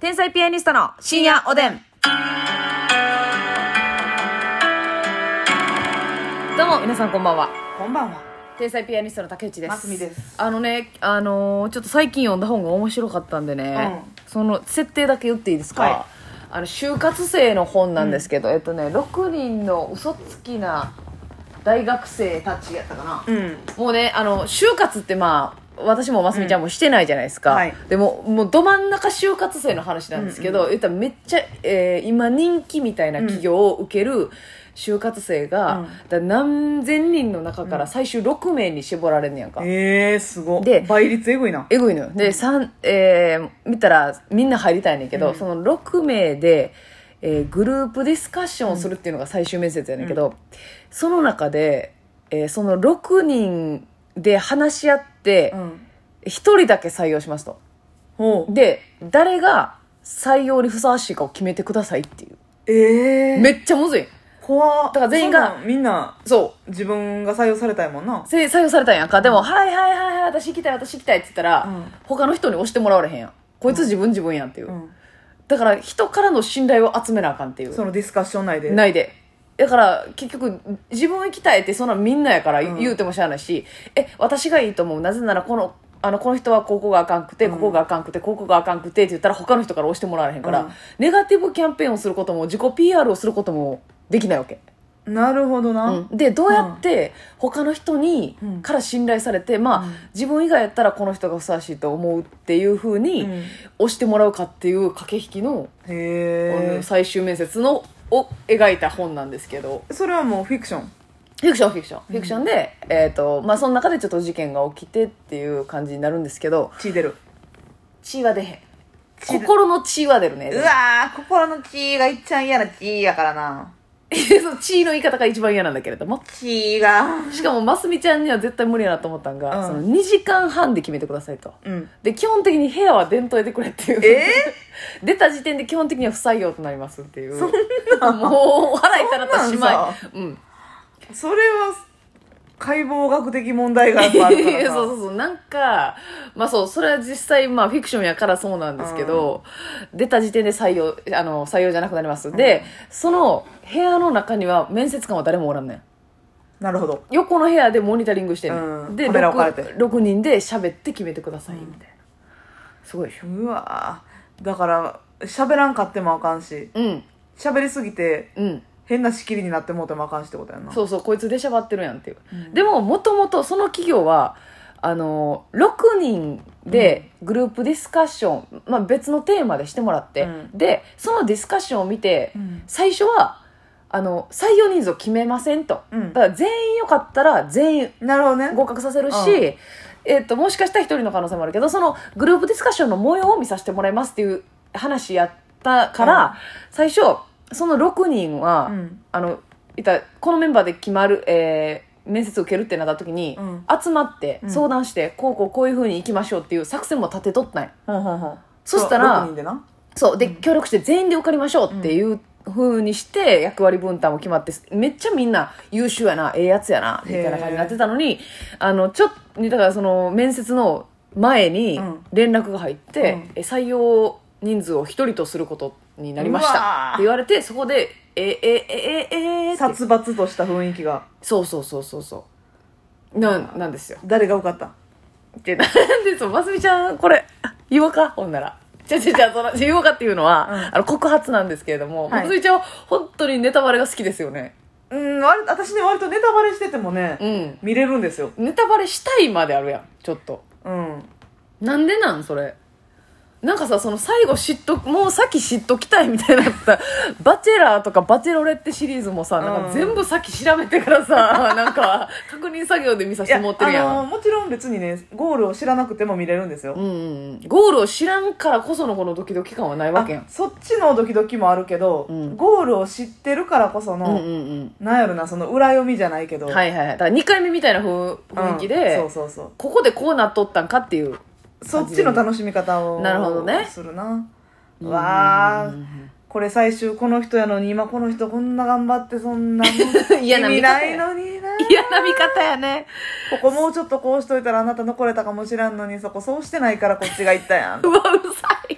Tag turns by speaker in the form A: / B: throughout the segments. A: 天才ピアニストの深夜おでん。どうも皆さんこんばんは。
B: こんばんは。
A: 天才ピアニストの竹内です。
B: ますみです
A: あのね、あのーちょっと最近読んだ本が面白かったんでね、その設定だけ言っていいですか、
B: はい
A: あの就活生の本なんですけど、えっとね、6人の嘘つきな大学生たちやったかな。
B: うん。
A: もうね、あの、就活ってまあ、私もますみちゃんもしてないじゃないですか。
B: うんはい
A: でも、もうど真ん中就活生の話なんですけど、言ったらめっちゃ、えー今人気みたいな企業を受ける就活生が、
B: うん
A: だから何千人の中から最終6名に絞られんねやんか。
B: ええー、すごい。
A: で
B: 倍率えぐいな。
A: えぐいのよ。で、三えー見たらみんな入りたいねんけど、
B: うん
A: その6名で、えーグループディスカッションをするっていうのが最終面接やねんけど、その中で、えーその6人で話し合って、
B: ん。
A: 一人だけ採用しますと。
B: ほう。
A: で、誰が採用にふさわしいかを決めてくださいっていう。
B: ええー。
A: めっちゃむずい。
B: 怖
A: だ
B: っ
A: から全員が
B: そんなんみんな、
A: そ
B: 自分が採用されたいもんな
A: う。。せ採用されたんやんか。でも、はいはいはいはい、私行きたい、私行きたいって言ったら、
B: うん
A: 他の人に押してもらわれへんやん。こいつ自分自分やんっていう。
B: うん。
A: だから、人からの信頼を集めなあかんっていう。
B: そのディスカッション内で。
A: ないで。だから、結局、自分行きたいってそんなんみんなやから
B: ん
A: 言うてもしゃあないし、え、私がいいと思う。なぜなら、この、あの、この人はここがあかんくて、ここがあかんくて、ここがあかんくてって言ったら他の人から押してもらわれへんから、
B: うん
A: ネガティブキャンペーンをすることも、自己 PR をすることもできないわけ。
B: なるほどな。
A: で、どうやって他の人に、
B: うん
A: から信頼されて、まあ、自分以外やったらこの人がふさわしいと思うっていうふうに
B: うん、
A: 押してもらうかっていう駆け引きの、
B: へえ。
A: 最終面接の、を描いた本なんですけど。
B: それはもうフィクション。
A: フィクションフィクションフィクションで、えっ、とまあその中でちょっと事件が起きてっていう感じになるんですけど
B: 血出る。
A: 血は出へん
B: 血出
A: 心の血は出るね
B: うわー、心の血がいっちゃん嫌な血やからな。
A: でも その血の言い方が一番嫌なんだけれども
B: 血が。
A: しかもますみちゃんには絶対無理やなと思ったんが、
B: うん
A: その2時間半で決めてくださいと
B: うん。
A: で基本的に部屋は伝統でくれっていう
B: え
A: 出た時点で基本的には不採用となりますっていう
B: そん
A: もう腹痛らったしまいうん
B: それは、解剖学的問題がやっぱあるから な。
A: そうそうそうなんかまあそうそれは実際まあフィクションやからそうなんですけど、出た時点で採用あの採用じゃなくなります、でその部屋の中には面接官は誰もおらんねん
B: なるほど。
A: 横の部屋でモニタリングしてんねん、
B: うん
A: で
B: カメラ置かれて
A: 6, 6人で喋って決めてくださいみたいな、すごいでしょ
B: うわーだから喋らんかってもあかんし
A: うん
B: 喋りすぎて
A: うん
B: 変な仕切りになってもうてもあかんしってことやんな
A: そうそうこいつ出しゃばってるやんっていう、
B: ん
A: でももともとその企業はあの6人でグループディスカッション、まあ、別のテーマでしてもらって、
B: うん
A: でそのディスカッションを見て、
B: うん
A: 最初はあの採用人数を決めませんと、
B: うん
A: だから全員よかったら全員
B: なるほどね
A: 合格させるし、
B: う
A: えっともしかしたら1人の可能性もあるけどそのグループディスカッションの模様を見させてもらいますっていう話やったから、
B: うん
A: 最初その6人は、
B: うん
A: あのいたこのメンバーで決まる、えー面接受けるってなった時に、
B: うん
A: 集まって
B: うん
A: 相談して、こうこうこういうふうに行きましょうっていう作戦も立てとったんや
B: ほんほんほん
A: そしたら
B: 6人でな
A: そうで、協力して全員で受かりましょうっていうふうにして役割分担も決まってめっちゃみんな優秀やなええやつやなみたいな感じになってたのにあのちょっとだからその面接の前に
B: うん
A: 連絡が入って、
B: うん
A: え採用人数を一人とすることになりまし
B: うわ
A: た
B: ー
A: って言われてそこでええええええって
B: 殺伐とした雰囲気が
A: そうそうそうそうそうなんなんですよ
B: 誰が受かった
A: でなんでそうますみちゃんこれ言おうかほんならじゃじゃじゃその言おうかっていうのは、
B: うん
A: あの告発なんですけれども、
B: はい
A: ますみちゃんは本当にネタバレが好きですよね
B: うん割私ね割とネタバレしててもね
A: うん
B: 見れるんですよ
A: ネタバレしたいまであるやんちょっと
B: うん
A: なんでなんそれなんかさその最後知っともう先知っときたいみたいになった 「バチェラー」とか「バチェロレッテ」シリーズもさなんか
B: うん
A: 全部先調べてからさ、なんか確認作業で見さ
B: い
A: せてもらってるやん
B: あのもちろん別にねゴールを知らなくても見れるんですよ、
A: うんうんうん、ゴールを知らんからこそのこのドキドキ感はないわけや
B: あ
A: ん
B: そっちのドキドキもあるけど、
A: うん
B: ゴールを知ってるからこそ
A: うん
B: の、
A: うん
B: なんやろなその裏読みじゃないけど
A: うんはいはいはいだから2回目みたいな雰雰囲気で、
B: うんそうそうそう
A: ここでこうなっとったんかっていう
B: そっちの楽しみ方を
A: なるほどね
B: するなわあこれ最終この人やのに今この人こんな頑張ってそんな
A: 嫌な見方や
B: 意味ないのにな
A: 嫌な見方やね
B: ここもうちょっとこうしといたらあなた残れたかもしらんのにそこそうしてないからこっちが言ったやん
A: うわうるさ い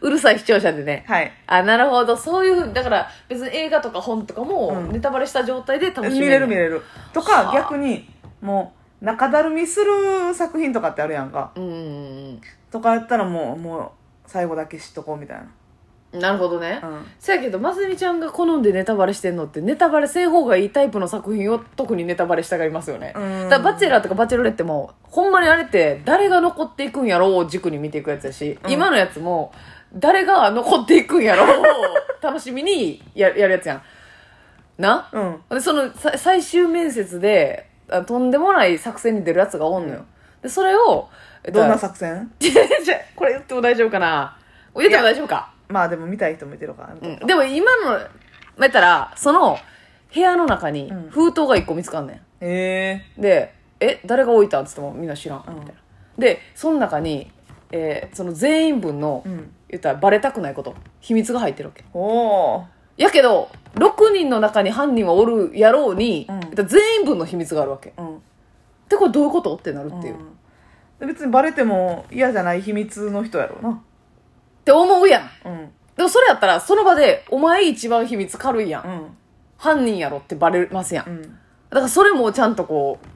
A: うるさい視聴者でね
B: はい
A: あなるほどそういうだから別に映画とか本とかも
B: うん
A: ネタバレした状態で楽し
B: 見
A: め
B: れ
A: る
B: る見れると
A: は
B: か
A: あ
B: 逆にもう中だるみする作品とかってあるやんか
A: うんうん
B: とかやったらもうもう最後だけ知っとこうみたい
A: うんなるほどね、
B: な、うん、
A: そやけどまずみちゃんが好んでネタバレしてんのってネタバレせん方がいいタイプの作品を特にネタバレしたがりますよね、
B: うん
A: だからバチェラーとかバチェロレってもほんまにあれって誰が残っていくんやろうを軸に見ていくやつやし、
B: うん
A: 今のやつも誰が残っていくんやろう を楽しみにややるやつやんな
B: うん
A: でそのさ最終面接であとんでもない作戦に出るやつがおんのよ、でそれを
B: どんな
A: 作
B: 作戦
A: 戦これ言っても大丈夫かな言っても大丈夫か
B: まあでも見たい人もいてるから、
A: うんでも今のやったらその部屋の中に
B: うん
A: 封筒が1個見つかんね
B: ええ
A: んで「え誰が置いたん?」っつってもみんな知らん、
B: うん
A: みたいなでその中に、えーその全員分の、
B: うん
A: 言ったらバレたくないこと秘密が入ってるわけ
B: おお
A: やけど6人の中に犯人はおるやろうに、
B: うん
A: 言ったら全員分の秘密があるわけ
B: うん
A: でこれどういうことってなるっていう、っ
B: うん、別にバレても嫌じゃない秘密の人やろうな
A: て思うやん
B: うん
A: でもそれやったらその場で「お前一番秘密軽いやん、
B: うん
A: 犯人やろ」ってバレますやん、だ
B: うん
A: からそれもちゃんとこう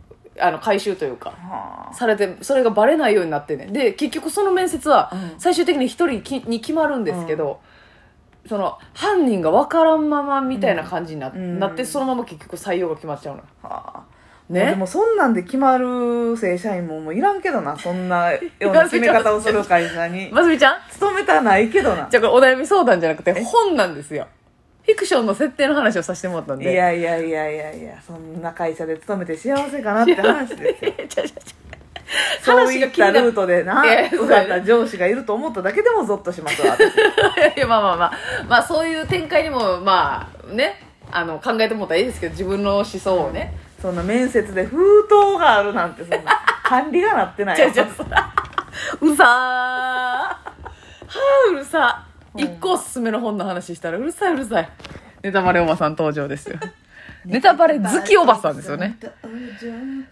A: あの回収というか
B: はあ
A: されてそれがバレないようになってねで結局その面接は
B: うん
A: 最終的に一人きに決まるんですけど、その犯人が分からんままみたいな感じにな,、
B: うん
A: なってそのまま結局採用が決まっちゃうの
B: はあ
A: ね
B: でもそんなんで決まる正社員ももういらんけどなそんなような決め方をする会社に
A: ますみちゃん
B: 勤めたらないけど な
A: じゃあこれお悩み相談じゃなくて本なんですよフィクションの設定の話をさせてもらったん
B: い
A: で
B: やいやいやいやいやそんな会社で勤めて幸せかなって話ですよ
A: ちゃちゃちゃ
B: そ う
A: 話
B: い
A: が
B: っ
A: 気に
B: た
A: な
B: ルー
A: る
B: トでない
A: やいや
B: 受かった上司がいると思っただけでもゾッとしますわ私
A: いやまあまあまあまあそういう展開にもまあねあの考えてもらったらいいですけど自分の思想をね、
B: そんな面接で封筒があるなんてそんな管理がなってない
A: ち
B: よ
A: ゃちゃそらうるさーはあうるさ一個おすすめの本の話したらうるさいうるさいネタバレおばさん登場 ですよネタバレ好きおばさんですよね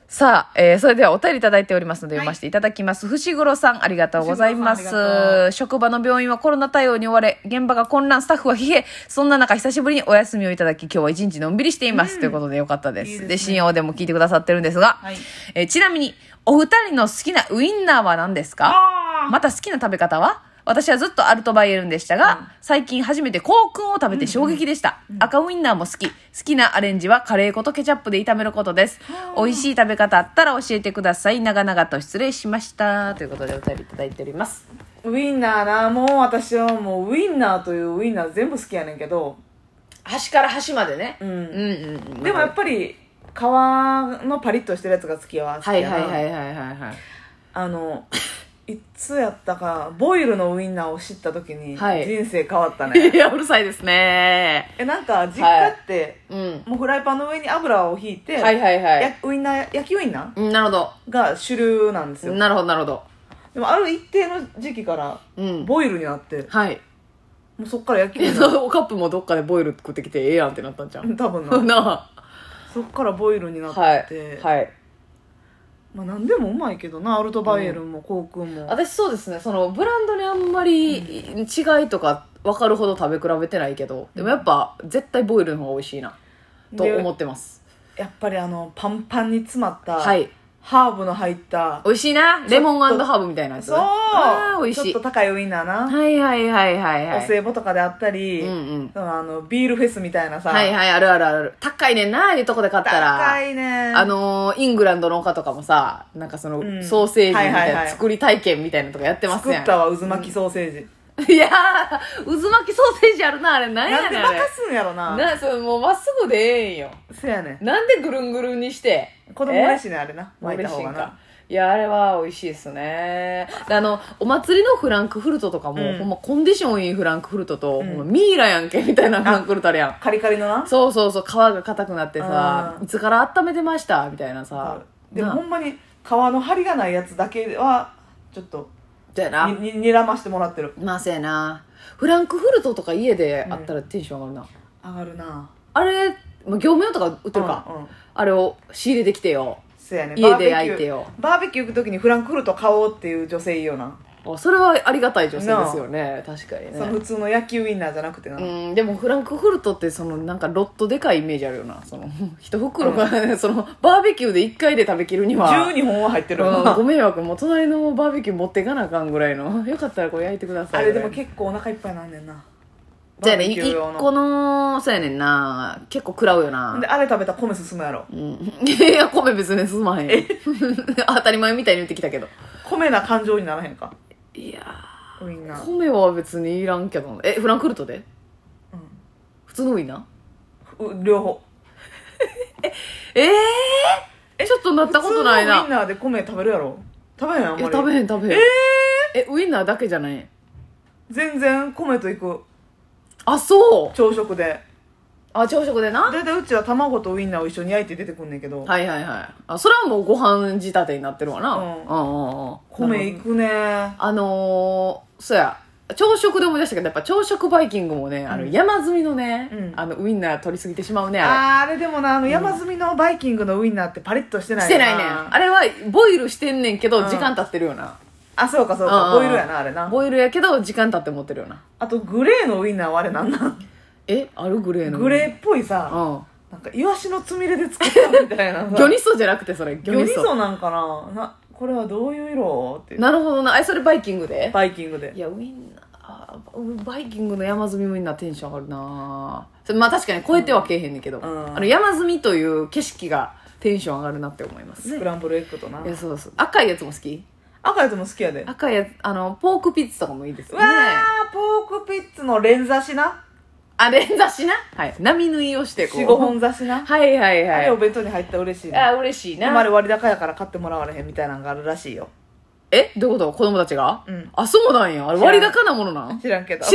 A: さあ、えーそれではお便りいただいておりますので読ませていただきます、伏黒さんありがとうございます
B: 伏黒さんありが
A: 職場の病院はコロナ対応に追われ現場が混乱スタッフは疲弊そんな中久しぶりにお休みをいただき今日は一日のんびりしています、ということでよかったです
B: いいです
A: で
B: ね
A: 深夜でも聞いてくださってるんですが、
B: はい
A: えーちなみにお二人の好きなウインナーは何ですか
B: あ
A: また好きな食べ方は私はずっとアルトバイエルンでしたが、最近初めてコークンを食べて衝撃でした、赤ウインナーも好き好きなアレンジはカレー粉とケチャップで炒めることです美味しい食べ方あったら教えてください長々と失礼しましたということでお便りいただいております
B: ーウインナーなもう私はもうウインナーというウインナー全部好きやねんけど
A: 端から端までね、
B: うん、
A: うん、うんうん
B: でもやっぱり皮のパリッとしてるやつが好きやわ
A: はいはいはいいはいはいはい
B: あのいつやったかボイルのウインナーを知った時に
A: はい
B: 人生変わったね、
A: いやうるさいですね
B: えなんか実家って、
A: うん
B: もうフライパンの上に油を引いて、
A: はいはいはい
B: やウインナー焼きウインナ
A: うんなるほ
B: ーが主流なんです
A: ど
B: よ、
A: なるほどなるほど
B: でもある一定の時期から
A: うん
B: ボイルになって、
A: はい
B: もうそっから焼きウイ
A: え
B: ンナ
A: そうカップもどっかでボイル食ってきてええやんってなったんちゃう
B: ー多分な
A: な
B: そっからボイルにな
A: あ
B: って、
A: はいはい
B: まあ、何でもうまいけどなアルトバイエルンもコークンも、
A: 私そうですねそのブランドにあんまり違いとか分かるほど食べ比べてないけどでもやっぱ絶対ボイルの方が美味しいなと
B: で
A: 思ってます
B: やっぱりあのパンパンに詰まった、
A: はい
B: ハーブの入った
A: 美味しいなレモンハーブみたいなやつ
B: そう
A: あー美味し
B: ちょ
A: い
B: っと高いウインナーな、
A: はいはいはいはいは
B: お
A: い
B: 歳暮とかであったり、
A: うんうん
B: そのあのビールフェスみたいなさ、
A: はいはいあるあるある高いねんなああいうとこで買ったら
B: 高いね
A: あのーイングランドの丘とかもさなんかその、
B: ん
A: ソーセージみたいな、
B: はいはいはい
A: 作り体験みたいなのとかやってます
B: 作
A: やん
B: ったわ渦巻きソーセージ、
A: いやー渦巻きソーセージあるなあれなん
B: な
A: や
B: ん
A: ね
B: で
A: んあれ
B: 任すんやろな
A: なそれもうまっすぐでええんよ
B: せやねん
A: なんでぐるんぐるんにして
B: 子供嬉
A: し
B: しいねあれな巻いた
A: 嬉し
B: 方
A: い
B: が
A: んか
B: ない
A: やあれは美味しいですねであのお祭りのフランクフルトとかも、
B: うん
A: ほんまコンディションいいフランクフルトと、
B: ん
A: ほんまミイラやんけみたいなフランクフルトあるやん
B: カリカリのな
A: そうそうそう皮が硬くなってさ
B: うん
A: いつから温めてましたみたいなさ
B: でも
A: な
B: ほんまに皮の張りがないやつだけはちょっと
A: じゃあな
B: にににらましてもらってる
A: まあせやなフランクフルトとか家であったらテンション上がるな、
B: 上がるな
A: あれまあ、業務用とか売ってるか、
B: うんうん
A: あれを仕入れてきてよ
B: そうやね
A: 家で焼いてよ
B: バーベキューバーベキュー行く時にフランクフルト買おうっていう女性いいよな、
A: あそれはありがたい女性ですよね確かに
B: その普
A: ね
B: 通の野球ウインナーじゃなくてな、
A: うん、でもフランクフルトってそのなんかロットでかいイメージあるよなその 一袋が、 そのバーベキューで1回で食べきるには
B: 12本は入ってる よ
A: うん
B: な、
A: ご迷惑もう隣のバーベキュー持っていかなあかんぐらいの よかったらこれ焼いてくださ
B: あ
A: い
B: れでも結構お腹いっぱいなんねんな
A: じゃあね
B: バーベキュー用
A: 1
B: の
A: 個のそうやねんな結構食らうよな
B: であれ食べたら米進むやろ
A: うん いや米別にすまへんよ 当たり前みたいに言ってきたけど
B: 米な感情にならへんか
A: いや
B: ウインナ
A: ー
B: ー、
A: 米は別にいらんけどなえフランクフルトで普通のウインナー
B: うんう両方
A: ええちょっとなったことない
B: 普通のウイン
A: な
B: ナーで米食べるやろ食べへんあん
A: い
B: ま
A: や
B: り
A: 食べへん食べへんえウインナーだけじゃない
B: 全然米といく
A: あそう
B: 朝食で
A: あ朝食でな
B: 大体うちは卵とウインナーを一緒に焼いて出てくんねんけど、
A: はいはいはいあそれはもうご飯仕立てになってるわな、
B: う
A: うんん、うんうん
B: 米いくね
A: あのー、そうや朝食で思い出したけどやっぱ朝食バイキングもね、あの山積みのね、
B: うん
A: あのウインナー取りすぎてしまうねあ
B: あーあれでもなあの山積みのバイキングのウインナーってパリッとして
A: れ
B: ない
A: して
B: よ
A: ないねんあれはボイルしてんねんけど、
B: うん
A: 時間経ってるよな
B: あそうかそう
A: う
B: か
A: んうん
B: ボイルやなあれな
A: ボイルやけど時間経って持ってるよな
B: あとグレーのウインナーはあれな んなん
A: えあるグレーの
B: グレーっぽいさ
A: ー
B: なんかイワシのつみれで作ったみたいな
A: うん 魚
B: さ
A: にそじゃなくてそれ魚
B: 魚
A: に
B: 味
A: そ
B: 噌なんかななこれはどういう色って
A: なるほどなあそれバイキングで
B: バイキングで
A: いやウインナーあーバイキングの山積みウインナーテンション上がるなそれまあ確かに超えてはけえへんねんけど、
B: うん
A: あの山積みという景色がテンション上がるなって思います
B: ス
A: ね
B: クランブルエッグとない
A: やそうそう赤いやつも好き
B: 赤いやつも好きやでうわ
A: 赤いやつあのポークピッツとかもいいですよね
B: ーポークピッツの連刺しな
A: あ連刺しなはい波縫いをしてこう
B: 45本刺しな
A: はいはい
B: あ
A: は
B: れお
A: い
B: 弁当に入ったら嬉しいね
A: あ嬉しい
B: でもあれ
A: な
B: 割高やから買ってもらわれへんみたいなのがあるらしいよ
A: えどういうこと子供たちが、
B: うん
A: あそうなんやあれ割高なものなん
B: 知らんけど
A: 知